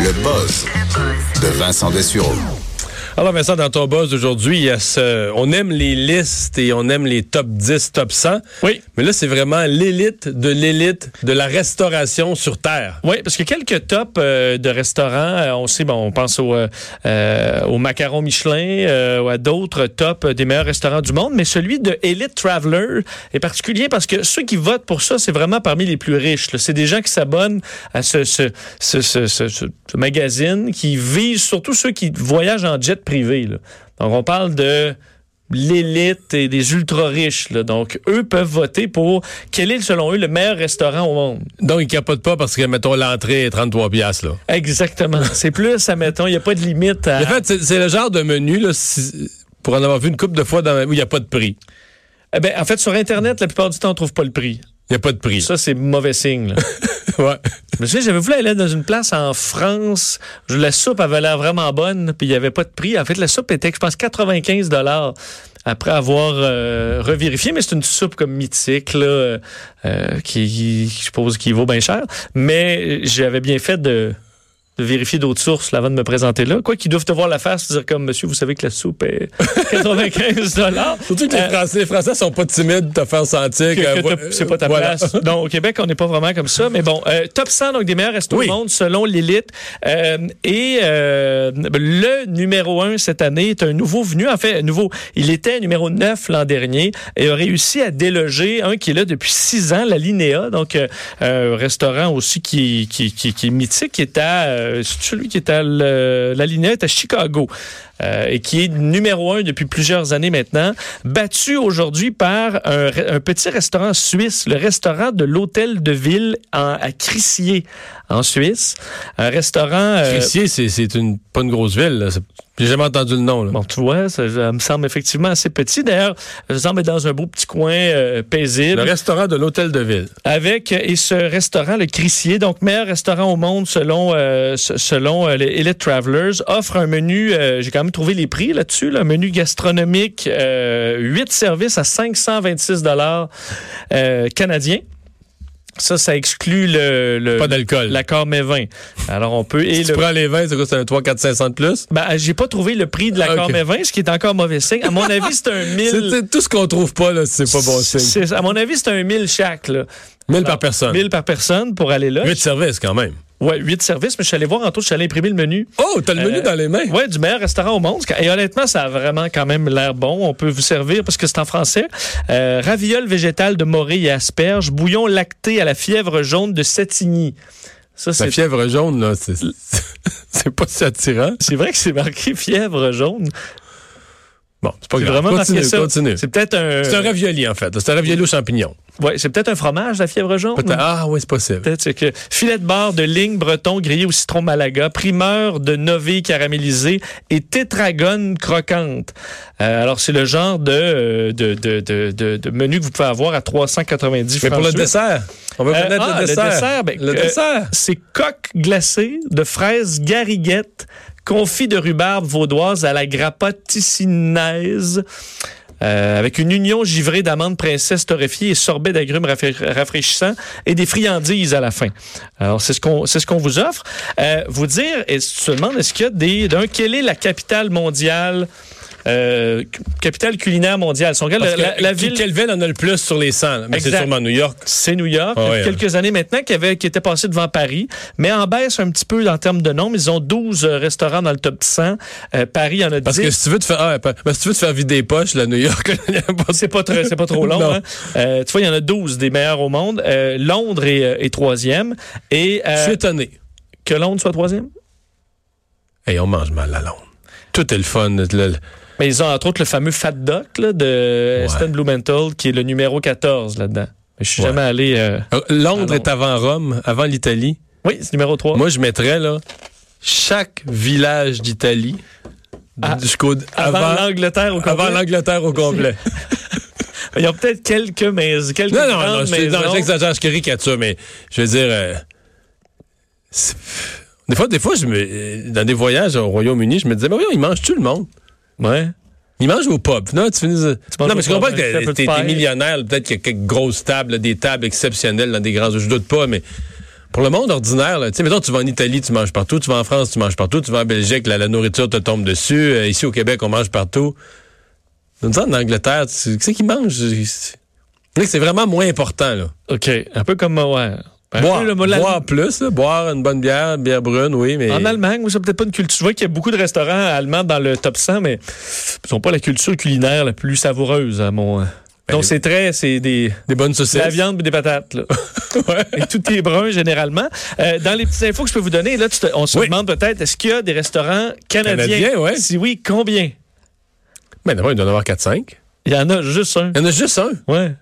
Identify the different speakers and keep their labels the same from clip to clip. Speaker 1: Le buzz de Vincent Dessureau.
Speaker 2: Alors Vincent, dans ton buzz aujourd'hui, il y a ce- on aime les listes et on aime les top 10, top 100.
Speaker 3: Oui.
Speaker 2: Mais là, c'est vraiment l'élite de l'élite de la restauration sur Terre.
Speaker 3: Oui, parce que quelques tops euh, de restaurants, euh, on sait, bon, on pense au, euh, euh, au Macaron Michelin, euh, ou à d'autres tops euh, des meilleurs restaurants du monde, mais celui de Elite Traveler est particulier parce que ceux qui votent pour ça, c'est vraiment parmi les plus riches. là. C'est des gens qui s'abonnent à ce, ce, ce, ce- ce- ce- ce magazine qui vise surtout ceux qui voyagent en jet privé. là. Donc, on parle de l'élite et des ultra-riches. là. Donc, eux peuvent voter pour quel est, selon eux, le meilleur restaurant au monde.
Speaker 2: Donc, ils capotent pas parce que, mettons, l'entrée est 33 piastres, là.
Speaker 3: Exactement. C'est plus, admettons, il n'y a pas de limite à.
Speaker 2: En fait, c'est- c'est le genre de menu, là, si- pour en avoir vu une couple de fois dans ma- où il n'y a pas de prix.
Speaker 3: Eh ben, en fait, sur Internet, la plupart du temps, on trouve pas le prix.
Speaker 2: Il n'y a pas de prix.
Speaker 3: Ça, c'est mauvais signe. là.
Speaker 2: Ouais.
Speaker 3: Je me souviens, j'avais voulu aller dans une place en France. Je- La soupe avait l'air vraiment bonne, puis il n'y avait pas de prix. En fait, la soupe était, je pense, 95 dollars après avoir euh, revérifié. Mais c'est une soupe comme mythique, là, euh, euh, qui, qui- je suppose, qui vaut bien cher. Mais j'avais bien fait de, de vérifier d'autres sources là, avant de me présenter là. Quoi qu'ils doivent te voir la face, dire comme, monsieur, vous savez que la soupe est 95 dollars.
Speaker 2: Surtout que les,
Speaker 3: Euh,
Speaker 2: Français, les Français sont pas timides de te faire sentir que...
Speaker 3: que- que
Speaker 2: euh,
Speaker 3: t'as- c'est pas ta
Speaker 2: voilà.
Speaker 3: place. Non, au Québec, on n'est pas vraiment comme ça. Mais bon, euh, top 100, donc des meilleurs restos
Speaker 2: Oui.
Speaker 3: au monde selon l'élite. Euh, et euh, le numéro 1 cette année est un nouveau venu. En fait, un nouveau. Il était numéro 9 l'an dernier et a réussi à déloger un qui est là depuis 6 ans, la Linéa. Donc, euh, euh, un restaurant aussi qui, qui, qui, qui est mythique, qui est à. euh, c'est celui qui est à. le- la Linéa est à Chicago. euh, et qui est numéro un depuis plusieurs années maintenant, battu aujourd'hui par un, re- un petit restaurant suisse, le restaurant de l'hôtel de ville en- à Crissier, en Suisse. Un restaurant... euh,
Speaker 2: Crissier, c'est- c'est une, pas une grosse ville, là. C'est- J'ai jamais entendu le nom, là.
Speaker 3: Bon, tu vois, ça, ça me semble effectivement assez petit. D'ailleurs, ça me semble dans un beau petit coin euh, paisible.
Speaker 2: Le restaurant de l'hôtel de ville.
Speaker 3: avec euh, et ce restaurant le Crissier, donc meilleur restaurant au monde selon euh, s- selon euh, les Elite Travelers, offre un menu. euh, J'ai quand même trouvé les prix là-dessus, là, un menu gastronomique, euh, 8 services à 526 dollars euh, canadiens. Ça, ça exclut le, le
Speaker 2: Pas d'alcool.
Speaker 3: l'accord mais 20. Alors on peut et
Speaker 2: Si tu
Speaker 3: le
Speaker 2: prends les vins, ça coûte un 3, 4, 500 de plus.
Speaker 3: ben, j'ai pas trouvé le prix de
Speaker 2: Ah,
Speaker 3: l'accord
Speaker 2: ok.
Speaker 3: mais 20, ce qui est encore mauvais signe. À mon avis, c'est un 1000.
Speaker 2: C'est- c'est tout ce qu'on trouve pas, là, c'est pas bon signe.
Speaker 3: c'est- À mon avis, c'est un 1000 chaque. Là.
Speaker 2: 1000 par personne.
Speaker 3: 1000 par personne pour aller là.
Speaker 2: 8 services, quand même.
Speaker 3: Ouais, huit services, mais je suis allé voir en tout, je suis allé imprimer le menu.
Speaker 2: Oh, t'as le menu
Speaker 3: Euh,
Speaker 2: dans les mains.
Speaker 3: Ouais, du meilleur restaurant au monde. Et honnêtement, ça a vraiment quand même l'air bon. On peut vous servir parce que c'est en français. Euh, ravioles végétales de morée et asperges, bouillon lacté à la fièvre jaune de Setigny. Ça,
Speaker 2: La
Speaker 3: c'est.
Speaker 2: fièvre jaune, là, c'est c'est pas si attirant.
Speaker 3: C'est vrai que c'est marqué fièvre jaune.
Speaker 2: Bon, c'est pas
Speaker 3: C'est
Speaker 2: grave.
Speaker 3: vraiment
Speaker 2: continue,
Speaker 3: marqué ça.
Speaker 2: continue.
Speaker 3: C'est euh, peut-être un.
Speaker 2: C'est un ravioli, en fait. C'est un ravioli aux champignons.
Speaker 3: Ouais, c'est peut-être un fromage, la fièvre jaune.
Speaker 2: Peut-être- Ah, oui, c'est possible.
Speaker 3: Peut-être c'est que filet de barre de ligne breton grillé au citron malaga, primeur de nové caramélisé et tétragone croquante. Euh, alors c'est le genre de, euh, de, de, de, de- de menu que vous pouvez avoir à 390
Speaker 2: Mais
Speaker 3: francs
Speaker 2: pour le
Speaker 3: suisses.
Speaker 2: dessert, on va
Speaker 3: Euh,
Speaker 2: connaître
Speaker 3: ah,
Speaker 2: le
Speaker 3: le
Speaker 2: dessert.
Speaker 3: dessert, ben,
Speaker 2: Le
Speaker 3: euh,
Speaker 2: dessert.
Speaker 3: c'est coque glacée de fraises gariguettes, confit de rhubarbe vaudoise à la grappa ticinaise. euh, avec une union givrée d'amandes princesses torréfiées et sorbet d'agrumes rafra- rafraîchissants et des friandises à la fin. Alors, c'est ce qu'on c'est ce qu'on vous offre. Euh, vous dire, et tu te demandes, est-ce qu'il y a des... D'un, quelle est la capitale mondiale, euh, cu- capitale culinaire mondiale? Si on regarde
Speaker 2: Parce
Speaker 3: la,
Speaker 2: que
Speaker 3: la- la
Speaker 2: qui-
Speaker 3: ville...
Speaker 2: Quelle ville en a le plus sur les 100? là? Mais c'est
Speaker 3: Exact.
Speaker 2: sûrement New York.
Speaker 3: C'est New York,
Speaker 2: Ah
Speaker 3: depuis
Speaker 2: ouais,
Speaker 3: quelques années maintenant, qui, avait, qui était passé devant Paris, mais en baisse un petit peu en termes de nombre. Ils ont 12 restaurants dans le top 100. Euh, Paris en a
Speaker 2: Parce
Speaker 3: 10.
Speaker 2: que si tu veux te faire, ah, ben, si tu veux te faire vider les poches, là, New York, il y a pas de-
Speaker 3: C'est pas, très- c'est pas trop long.
Speaker 2: Non.
Speaker 3: hein. Euh, tu vois, il y en a 12 des meilleurs au monde. Euh, Londres est, euh, est troisième. Et
Speaker 2: je
Speaker 3: euh,
Speaker 2: suis étonné.
Speaker 3: que Londres soit troisième?
Speaker 2: Hey, on mange mal à Londres. Tout est le fun. le- le-
Speaker 3: Mais ils ont entre autres le fameux Fat Duck là, de Stan Blumenthal, qui est le numéro 14 là-dedans. Mais je suis
Speaker 2: Ouais.
Speaker 3: jamais allé. euh,
Speaker 2: Euh, Londres
Speaker 3: À Londres.
Speaker 2: est avant Rome, avant l'Italie.
Speaker 3: Oui, c'est numéro 3.
Speaker 2: Moi, je mettrais là chaque village d'Italie
Speaker 3: Ah,
Speaker 2: jusqu'au
Speaker 3: avant,
Speaker 2: avant,
Speaker 3: l'Angleterre au
Speaker 2: avant
Speaker 3: complet.
Speaker 2: l'Angleterre au complet.
Speaker 3: Il y a peut-être quelques maisons. Quelques
Speaker 2: non, non,
Speaker 3: grandes
Speaker 2: non, je- non,
Speaker 3: maisons.
Speaker 2: j'exagère, je caricature, mais je veux dire. euh, c'est- des fois, des fois, je me, euh, dans des voyages au Royaume-Uni, je me disais, mais voyons, ils mangent tout le monde.
Speaker 3: Ouais.
Speaker 2: Ils mangent au pub. Non, tu finis. euh,
Speaker 3: manges
Speaker 2: non,
Speaker 3: au
Speaker 2: mais je comprends
Speaker 3: pub, un
Speaker 2: que
Speaker 3: peu
Speaker 2: t'es
Speaker 3: de
Speaker 2: t'es
Speaker 3: paille.
Speaker 2: millionnaire, peut-être qu'il y a quelques grosses tables, là, des tables exceptionnelles dans des grands. Je doute pas, mais Pour le monde ordinaire, là, tu sais, mettons, tu vas en Italie, tu manges partout. Tu vas en France, tu manges partout. Tu vas en Belgique, là, la nourriture te tombe dessus. Euh, ici, au Québec, on mange partout. Nous en Angleterre, tu sais qui mange? C'est vraiment moins important, là.
Speaker 3: OK. Un peu comme ouais. Ben, Un
Speaker 2: Boire,
Speaker 3: peu le mot- la-
Speaker 2: boire plus, là, boire une bonne bière, bière brune, oui, mais...
Speaker 3: En Allemagne, oui, c'est peut-être pas une culture. Je vois qu'il y a beaucoup de restaurants allemands dans le top 100, mais ils n'ont pas la culture culinaire la plus savoureuse, à mon. euh. Donc,
Speaker 2: les-
Speaker 3: c'est très. C'est des.
Speaker 2: Des bonnes
Speaker 3: de
Speaker 2: saucisses.
Speaker 3: la viande et des patates, là.
Speaker 2: Ouais.
Speaker 3: Et tout est brun, généralement. Euh, dans les petites infos que je peux vous donner, là, tu te- on se
Speaker 2: Oui.
Speaker 3: demande peut-être, est-ce qu'il y a des restaurants canadiens?
Speaker 2: Canadiens, ouais.
Speaker 3: Si oui, combien?
Speaker 2: Mais non, il doit y en avoir 4-5.
Speaker 3: Il y en a juste un.
Speaker 2: Il y en a juste un.
Speaker 3: Ouais.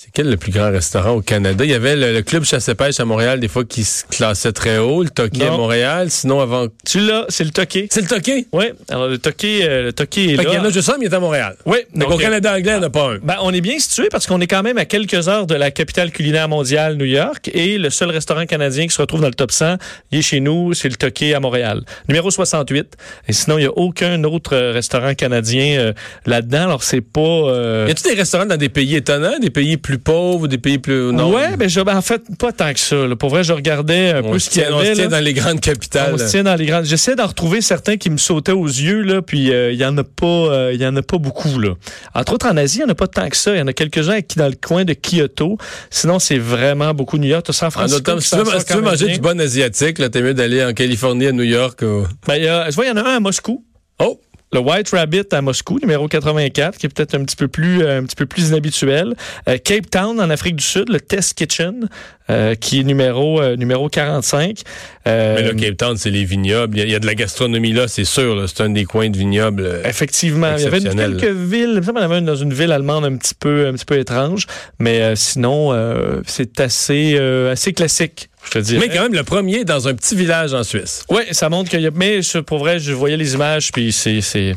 Speaker 2: C'est quel le plus grand restaurant au Canada? Il y avait le, le club chasse-pêche à Montréal, des fois, qui se classait très haut. Le Toqué à
Speaker 3: Non.
Speaker 2: Montréal, sinon avant...
Speaker 3: Tu l'as, c'est le toqué.
Speaker 2: C'est le Toqué?
Speaker 3: Oui, alors le toqué, euh, le toqué est
Speaker 2: Fait
Speaker 3: là.
Speaker 2: qu'il y en a juste un, mais il est à Montréal.
Speaker 3: Oui,
Speaker 2: Donc,
Speaker 3: donc, euh,
Speaker 2: au Canada anglais, il n'y en a pas un.
Speaker 3: Ben, on est bien situé parce qu'on est quand même à quelques heures de la capitale culinaire mondiale, New York, et le seul restaurant canadien qui se retrouve dans le top 100, il est chez nous, c'est le Toqué à Montréal. Numéro 68. Et sinon, il n'y a aucun autre euh, restaurant canadien euh, là-dedans. Alors, c'est pas... euh,
Speaker 2: Y a-tu des restaurants dans des pays étonnants, des pays plus pauvres, des pays plus... Non.
Speaker 3: Ouais, ben, je, ben, en fait, pas tant que ça. là. Pour vrai, je regardais un
Speaker 2: on
Speaker 3: peu
Speaker 2: se
Speaker 3: ce qu'il y
Speaker 2: tient,
Speaker 3: avait.
Speaker 2: on se tient
Speaker 3: là.
Speaker 2: dans les grandes capitales.
Speaker 3: On se tient dans les grandes. J'essaie d'en retrouver certains qui me sautaient aux yeux là, puis euh, il y en a pas, euh, il y en a pas beaucoup là. Entre autres en Asie, il y en a pas tant que ça. Il y en a quelques-uns qui dans le coin de Kyoto. Sinon, c'est vraiment beaucoup New York, San
Speaker 2: En
Speaker 3: Francisco.
Speaker 2: automne,
Speaker 3: qui
Speaker 2: si tu
Speaker 3: s'en
Speaker 2: veux,
Speaker 3: sort
Speaker 2: si tu veux
Speaker 3: quand même
Speaker 2: manger
Speaker 3: bien.
Speaker 2: du bon asiatique, là, t'es mieux d'aller en Californie, à New York. ou-
Speaker 3: Ben, il y a- je vois, il y en a un à Moscou.
Speaker 2: Oh!
Speaker 3: Le White Rabbit à Moscou, numéro 84, qui est peut-être un petit peu plus, euh, un petit peu plus inhabituel. Euh, Cape Town en Afrique du Sud, le Test Kitchen, euh, qui est numéro, euh, numéro 45. Euh,
Speaker 2: Mais là, Cape Town, c'est les vignobles. Il y, a- il y a de la gastronomie là, c'est sûr. là. C'est un des coins de vignobles. euh,
Speaker 3: Effectivement, il y avait une-
Speaker 2: Exceptionnel.
Speaker 3: quelques villes. Il me semble qu'il y en avait une dans une ville allemande un petit peu, un petit peu étrange, mais euh, sinon euh, c'est assez, euh, assez classique, je te dis.
Speaker 2: Mais quand même, le premier dans un petit village en Suisse.
Speaker 3: ouais, ça montre qu'il y a. Mais je- pour vrai, je voyais les images, puis c'est, c'est,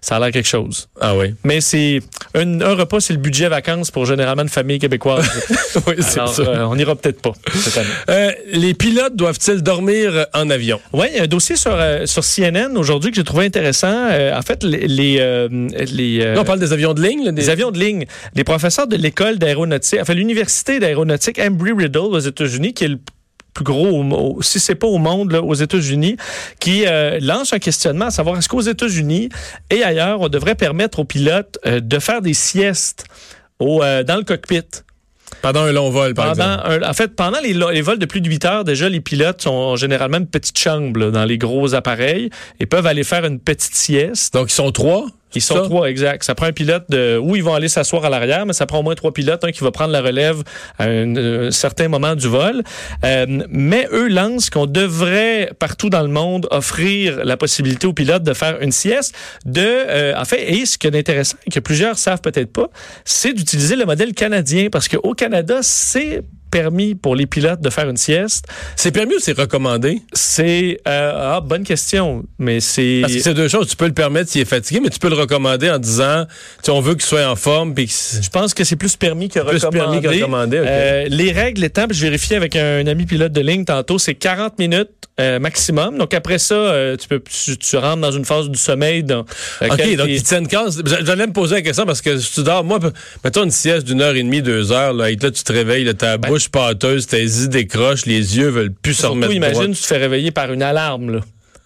Speaker 3: ça a l'air quelque chose.
Speaker 2: Ah oui.
Speaker 3: Mais c'est un, un repas, c'est le budget vacances pour généralement une famille québécoise.
Speaker 2: oui, c'est
Speaker 3: Alors,
Speaker 2: sûr.
Speaker 3: euh, on n'ira peut-être pas cette année.
Speaker 2: Euh, les pilotes doivent-ils dormir euh, en avion?
Speaker 3: Oui, un dossier sur, euh, sur CNN aujourd'hui que j'ai trouvé intéressant. Euh, en fait, les. les, euh, les, euh,
Speaker 2: Là, on parle des avions de ligne. là, des...
Speaker 3: Des avions de ligne. Les professeurs de l'école d'aéronautique, enfin l'université d'aéronautique Embry-Riddle aux États-Unis, qui est le plus gros, au mo- si c'est pas au monde, là, aux États-Unis, qui euh, lance un questionnement à savoir est-ce qu'aux États-Unis et ailleurs, on devrait permettre aux pilotes euh, de faire des siestes au, euh, dans le cockpit.
Speaker 2: Pendant un long vol, par exemple.
Speaker 3: Pendant un- en fait, pendant les, lo- les vols de plus de 8 heures, déjà, les pilotes ont généralement une petite chambre là, dans les gros appareils et peuvent aller faire une petite sieste.
Speaker 2: Donc, ils sont trois.
Speaker 3: Ils
Speaker 2: c'est
Speaker 3: sont
Speaker 2: ça?
Speaker 3: trois, exact. Ça prend un pilote de où ils vont aller s'asseoir à l'arrière, mais ça prend au moins trois pilotes, un qui va prendre la relève à un, euh, certain moment du vol. Euh, mais eux lancent qu'on devrait partout dans le monde offrir la possibilité aux pilotes de faire une sieste. De, euh, en fait, et ce qui est intéressant et que plusieurs savent peut-être pas, c'est d'utiliser le modèle canadien parce qu'au Canada, c'est permis pour les pilotes de faire une sieste.
Speaker 2: C'est permis ou c'est recommandé?
Speaker 3: C'est euh, ah, bonne question, mais c'est
Speaker 2: Parce que c'est deux choses. Tu peux le permettre s'il est fatigué, mais tu peux le recommander en disant, tu sais, on veut qu'il soit en forme. Puis qu'il-
Speaker 3: Je pense que c'est plus permis que
Speaker 2: Plus
Speaker 3: recommandé.
Speaker 2: permis que recommandé, ok.
Speaker 3: Euh, les règles étant, puis je vérifiais avec un, ami pilote de ligne tantôt, c'est 40 minutes euh, maximum. Donc après ça, euh, tu peux tu, tu rentres dans une phase du sommeil. Dans,
Speaker 2: OK, donc ils tiennent case. J'a- J'allais me poser la question parce que si tu dors, moi, mettons une sieste d'une heure et demie, deux heures, là, et là tu te réveilles, là, ta bouche pâteuse, tes yeux décrochent, les yeux veulent plus se
Speaker 3: Ben surtout,
Speaker 2: remettre droit.
Speaker 3: imagine, tu te fais réveiller par une alarme. là.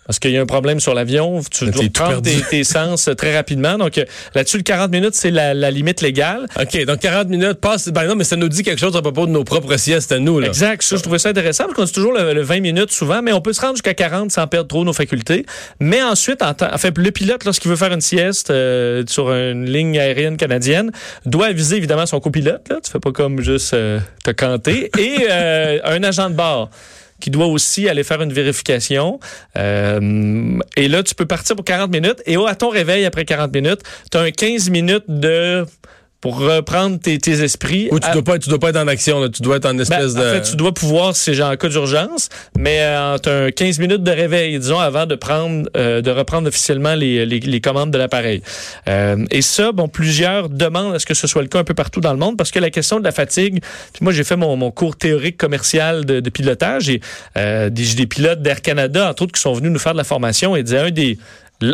Speaker 3: Parce qu'il y a un problème sur l'avion, tu
Speaker 2: Là,
Speaker 3: dois
Speaker 2: t'es tout
Speaker 3: prendre tes,
Speaker 2: perdu.
Speaker 3: tes sens euh, très rapidement. Donc euh, là-dessus, le 40 minutes, c'est la, la limite légale.
Speaker 2: OK, donc 40 minutes passent. Ben non, mais ça nous dit quelque chose à propos de nos propres siestes à nous. Là.
Speaker 3: Exact. Ça, je trouvais ça intéressant parce qu'on dit toujours le, le 20 minutes souvent, mais on peut se rendre jusqu'à 40 sans perdre trop nos facultés. Mais ensuite, en temps- enfin, le pilote, lorsqu'il veut faire une sieste euh, sur une ligne aérienne canadienne, doit aviser évidemment son copilote. Là. Tu fais pas comme juste euh, te canter. Et euh, un agent de bord qui doit aussi aller faire une vérification. Euh, et là, tu peux partir pour 40 minutes. Et oh, à ton réveil, après 40 minutes, tu as un 15 minutes de pour reprendre tes, tes esprits.
Speaker 2: Ou tu
Speaker 3: À-
Speaker 2: dois pas, tu dois pas être en action, là. tu dois être en
Speaker 3: Euh, ben,
Speaker 2: espèce
Speaker 3: En
Speaker 2: de.
Speaker 3: fait, tu dois pouvoir, si j'ai en cas d'urgence, mais euh, tu as 15 minutes de réveil, disons, avant de prendre, euh, de reprendre officiellement les, les- les commandes de l'appareil. Euh, et ça, bon, plusieurs demandent à ce que ce soit le cas un peu partout dans le monde, parce que la question de la fatigue, puis moi, j'ai fait mon, mon cours théorique commercial de, de pilotage et euh, des, j'ai des pilotes d'Air Canada, entre autres, qui sont venus nous faire de la formation et disaient un des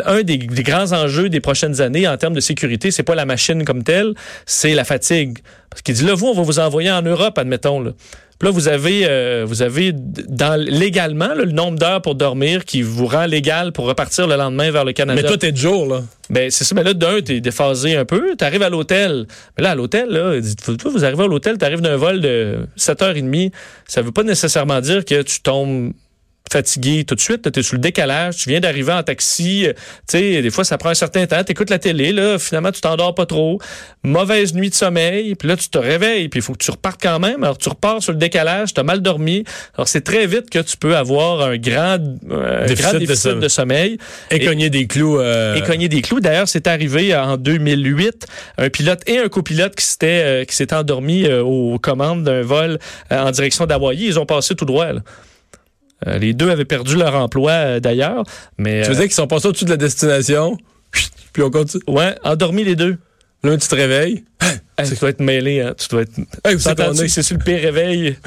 Speaker 3: un des, des, grands enjeux des prochaines années en termes de sécurité, c'est pas la machine comme telle, c'est la fatigue. Parce qu'il dit là, vous, on va vous envoyer en Europe, admettons. Là, Puis là vous avez, euh, vous avez dans, légalement là, le nombre d'heures pour dormir qui vous rend légal pour repartir le lendemain vers le Canada.
Speaker 2: Mais toi, t'es de jour, là.
Speaker 3: Ben, c'est ça. Mais là, d'un, t'es déphasé un peu. T'arrives à l'hôtel. Mais là, à l'hôtel, là, dites-vous, vous arrivez à l'hôtel, t'arrives d'un vol de 7h30. Ça veut pas nécessairement dire que tu tombes fatigué tout de suite, tu es sous le décalage, tu viens d'arriver en taxi, euh, tu sais, des fois ça prend un certain temps, tu écoutes la télé, là, finalement tu t'endors pas trop, mauvaise nuit de sommeil, puis là tu te réveilles, puis il faut que tu repartes quand même, alors tu repars sur le décalage, tu as mal dormi, alors c'est très vite que tu peux avoir un grand, euh, déficit, grand déficit, de, de sommeil.
Speaker 2: Et, et, cogner des clous. Euh...
Speaker 3: Et cogner des clous. D'ailleurs, c'est arrivé euh, en 2008, un pilote et un copilote qui s'était euh, qui s'était endormi aux commandes d'un vol euh, en direction d'Hawaï, ils ont passé tout droit. Là. Euh, les deux avaient perdu leur emploi euh, d'ailleurs, mais
Speaker 2: tu veux euh, dire qu'ils sont passés au-dessus de la destination, puis on continue.
Speaker 3: Ouais, endormis les deux.
Speaker 2: L'un tu te réveilles.
Speaker 3: Hey, tu dois être mêlé, hein. tu dois être.
Speaker 2: Hey, c'est
Speaker 3: C'est sur le pire réveil.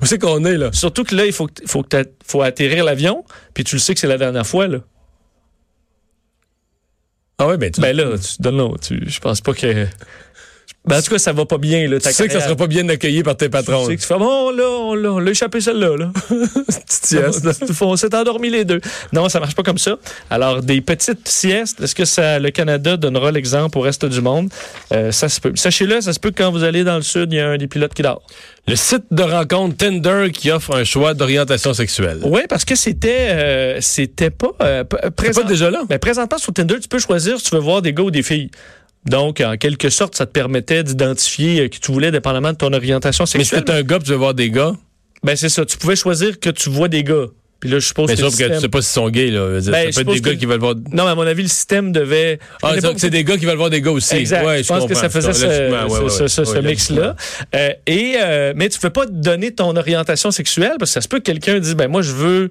Speaker 2: où c'est qu'on est là
Speaker 3: Surtout que là, il faut que, faut que faut atterrir l'avion, puis tu le sais que c'est la dernière fois là.
Speaker 2: Ah ouais, ben tu.
Speaker 3: Ben là, tu donnes l'eau. Je pense pas que. Ben, en tout cas, ça va pas bien. Là,
Speaker 2: ta tu sais carrière. que ça sera pas bien accueilli par tes patrons.
Speaker 3: Tu sais que tu fais, bon, là, on, on l'a échappé celle-là. Là.
Speaker 2: Petite sieste. Là.
Speaker 3: On s'est endormi les deux. Non, ça marche pas comme ça. Alors, des petites siestes, est-ce que ça, le Canada donnera l'exemple au reste du monde? Euh, ça se peut. Sachez-le, ça se peut que quand vous allez dans le Sud, il y a un des pilotes qui dort.
Speaker 2: Le site de rencontre Tinder qui offre un choix d'orientation sexuelle.
Speaker 3: Oui, parce que c'était euh, c'était pas... Euh,
Speaker 2: présent... pas déjà là?
Speaker 3: Mais ben, présentement, sur Tinder, tu peux choisir si tu veux voir des gars ou des filles. Donc, en quelque sorte, ça te permettait d'identifier euh, qui tu voulais, dépendamment de ton orientation
Speaker 2: Mais
Speaker 3: sexuelle.
Speaker 2: si t'es un gars, tu veux voir des gars.
Speaker 3: Ben, c'est ça. Tu pouvais choisir que tu vois des gars. Puis là, je suppose
Speaker 2: mais
Speaker 3: que.
Speaker 2: Mais sauf que tu sais pas s'ils sont gays, là. Dire, ben, ça peut être des gars
Speaker 3: que...
Speaker 2: qui veulent voir.
Speaker 3: Non, mais à mon avis, le système devait.
Speaker 2: Ah, c'est beaucoup... des gars qui veulent voir des gars aussi.
Speaker 3: Exact. Ouais, je, je pense que ça faisait ce, mix-là. Euh, et, euh, mais tu peux pas donner ton orientation sexuelle, parce que ça se peut que quelqu'un dise, ben, moi, je veux.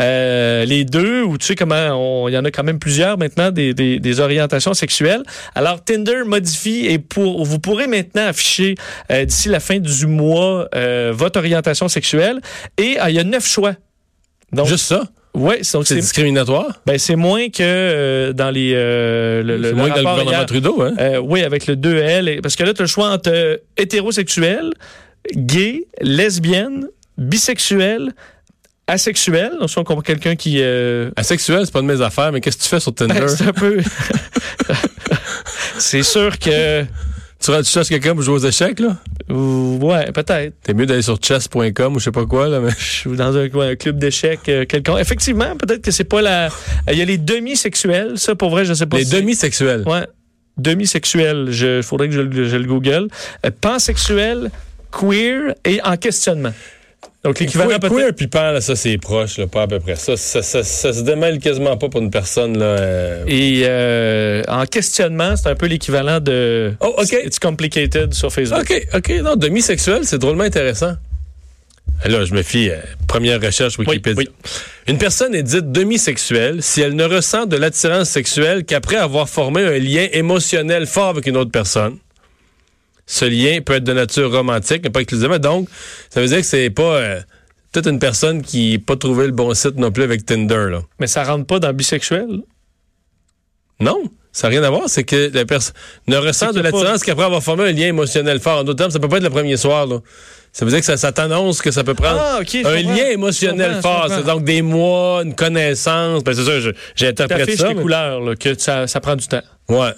Speaker 3: Euh, les deux, ou tu sais comment, il y en a quand même plusieurs maintenant des, des, des, orientations sexuelles. Alors Tinder modifie et pour vous pourrez maintenant afficher euh, d'ici la fin du mois euh, votre orientation sexuelle et ah, il y a neuf choix.
Speaker 2: Donc, Juste ça.
Speaker 3: Oui,
Speaker 2: c'est discriminatoire.
Speaker 3: Ben c'est moins que euh, dans les euh, le,
Speaker 2: le, moins
Speaker 3: le
Speaker 2: que dans le gouvernement
Speaker 3: hier,
Speaker 2: Trudeau, hein?
Speaker 3: Euh, oui, avec le 2L et, parce que là tu as le choix entre euh, hétérosexuel, gay, lesbienne, bisexuel, asexuel. Donc, si on comprend quelqu'un qui. Euh...
Speaker 2: Asexuel, c'est pas de mes affaires, mais qu'est-ce que tu fais sur Tinder?
Speaker 3: c'est un peu. c'est sûr que.
Speaker 2: Tu, tu cherches quelqu'un pour jouer aux échecs, là?
Speaker 3: Ouais, peut-être.
Speaker 2: T'es mieux d'aller sur chess.com ou je sais pas quoi, là. Mais... Je
Speaker 3: suis dans un, un club d'échecs euh, quelconque. Effectivement, peut-être que c'est pas la. Il y a les demi-sexuels, ça, pour vrai, je sais pas
Speaker 2: Les si demi-sexuels?
Speaker 3: Ouais. Demi-sexuel, je faudrait que je, je, je le google. Euh, pansexuel, queer et en questionnement.
Speaker 2: Donc l'équivalent peut-être. Queer puis pan, là, ça c'est proche, là, pas à peu près. Ça ça, ça, ça, se démêle quasiment pas pour une personne là. Euh...
Speaker 3: Et euh, en questionnement, c'est un peu l'équivalent de.
Speaker 2: Oh ok.
Speaker 3: It's complicated sur Facebook.
Speaker 2: Ok ok non demi sexuel, c'est drôlement intéressant. Là, je me fie euh, première recherche Wikipédia. Oui, oui. Une personne est dite demi-sexuelle si elle ne ressent de l'attirance sexuelle qu'après avoir formé un lien émotionnel fort avec une autre personne ce lien peut être de nature romantique, mais pas exclusivement. Donc, ça veut dire que c'est pas euh, peut-être une personne qui n'a pas trouvé le bon site non plus avec Tinder. Là.
Speaker 3: Mais ça rentre pas dans bisexuel?
Speaker 2: Non. Ça n'a rien à voir, c'est que la personne ne ressent de l'attirance pas... qu'après avoir formé un lien émotionnel fort. En d'autres termes, ça peut pas être le premier soir. Là. Ça veut dire que ça, ça t'annonce que ça peut prendre
Speaker 3: ah, okay,
Speaker 2: un lien émotionnel fort. C'est donc des mois, une connaissance. Ben, c'est ça, j'interprète ça.
Speaker 3: Tes mais... couleurs, là, que ça, ça prend du temps.
Speaker 2: Ouais.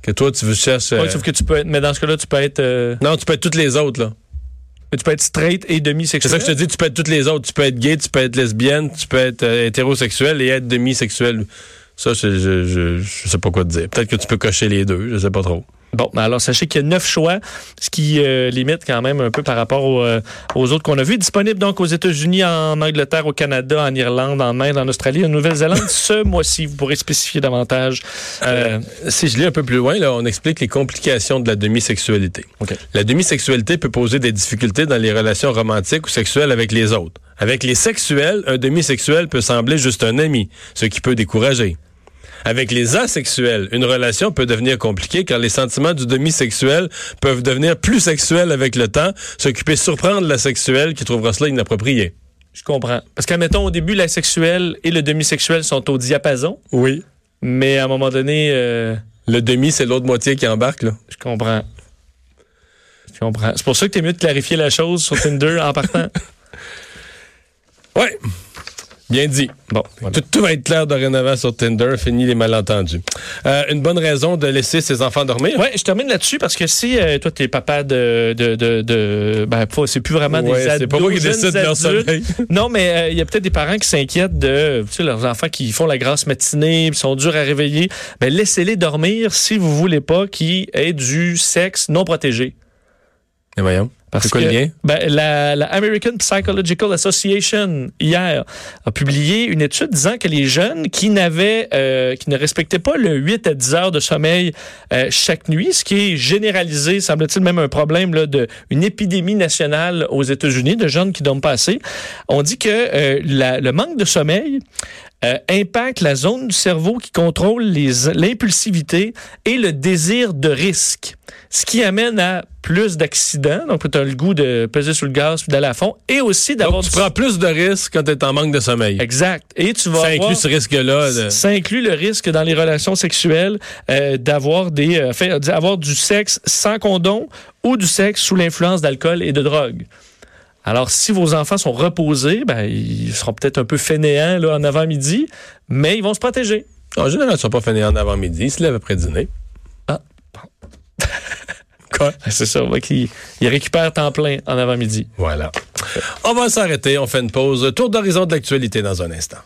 Speaker 2: Que toi, tu veux chercher. euh,
Speaker 3: Oui, sauf que tu peux être. Mais dans ce cas-là, tu peux être. Euh...
Speaker 2: Non, tu peux être toutes les autres, là.
Speaker 3: Mais tu peux être straight et demi-sexuel.
Speaker 2: C'est ça que je te dis, tu peux être toutes les autres. Tu peux être gay, tu peux être lesbienne, tu peux être euh, hétérosexuel et être demi-sexuel. Ça, je, je, je, je, sais pas quoi te dire. Peut-être que tu peux cocher les deux, je sais pas trop.
Speaker 3: Bon, alors sachez qu'il y a neuf choix, ce qui euh, limite quand même un peu par rapport aux, aux autres qu'on a vus. Disponible donc aux États-Unis, en Angleterre, au Canada, en Irlande, en Inde, en Australie, en Nouvelle-Zélande. ce mois-ci, vous pourrez spécifier davantage.
Speaker 2: Euh, si je lis un peu plus loin, là, on explique les complications de la demi-sexualité.
Speaker 3: Okay.
Speaker 2: La demi-sexualité peut poser des difficultés dans les relations romantiques ou sexuelles avec les autres. Avec les sexuels, un demi-sexuel peut sembler juste un ami, ce qui peut décourager. Avec les asexuels, une relation peut devenir compliquée car les sentiments du demi-sexuel peuvent devenir plus sexuels avec le temps, ce qui peut surprendre la sexuelle qui trouvera cela inapproprié.
Speaker 3: Je comprends. Parce qu'admettons, au début, l'asexuel et le demi-sexuel sont au diapason.
Speaker 2: Oui.
Speaker 3: Mais à un moment donné, euh,
Speaker 2: Le demi, c'est l'autre moitié qui embarque, là.
Speaker 3: je comprends. Je comprends. C'est pour ça que t'es mieux de clarifier la chose sur Tinder en partant.
Speaker 2: Ouais. Bien dit.
Speaker 3: Bon, voilà.
Speaker 2: Tout, tout va être clair dorénavant sur Tinder. Fini les malentendus. Euh, une bonne raison de laisser ses enfants dormir.
Speaker 3: Ouais, je termine là-dessus parce que si euh, toi t'es papa de de de, de- ben pas- c'est plus vraiment
Speaker 2: Ouais,
Speaker 3: des ados,
Speaker 2: c'est pas moi qui
Speaker 3: jeunes
Speaker 2: décide de leur
Speaker 3: adultes.
Speaker 2: sommeil.
Speaker 3: Non, mais euh, il y a peut-être des parents qui s'inquiètent de tu sais, leurs enfants qui font la grasse matinée, qui sont durs à réveiller. Ben laissez-les dormir si vous voulez pas qu'ils aient du sexe non protégé.
Speaker 2: Mais voyons.
Speaker 3: Parce
Speaker 2: C'est quoi
Speaker 3: que
Speaker 2: le lien?
Speaker 3: ben, la, la American Psychological Association hier a publié une étude disant que les jeunes qui n'avaient, euh, qui ne respectaient pas le 8 à 10 heures de sommeil euh, chaque nuit, ce qui est généralisé, semble-t-il même un problème là, de une épidémie nationale aux États-Unis de jeunes qui dorment pas assez. On dit que euh, la- le manque de sommeil euh, impacte la zone du cerveau qui contrôle les- l'impulsivité et le désir de risque, ce qui amène à plus d'accidents. Donc, tu as le goût de peser sur le gaz puis d'aller à fond et aussi d'avoir
Speaker 2: Donc, tu prends plus de risques quand t'es en manque de sommeil.
Speaker 3: Exact. Et tu vas
Speaker 2: Ça
Speaker 3: avoir-
Speaker 2: inclut ce risque-là. de-
Speaker 3: ça inclut le risque dans les relations sexuelles euh, d'avoir des euh, fait- d'avoir du sexe sans condom ou du sexe sous l'influence d'alcool et de drogue. Alors, si vos enfants sont reposés, ben, ils seront peut-être un peu fainéants là, en avant-midi, mais ils vont se protéger.
Speaker 2: En général, ils ne sont pas finis en avant-midi. Ils se lèvent après dîner.
Speaker 3: Ah,
Speaker 2: Quoi?
Speaker 3: C'est ça, on voit qu'ils ils récupèrent temps plein en avant-midi.
Speaker 2: Voilà. On va s'arrêter. On fait une pause. Tour d'horizon de l'actualité dans un instant.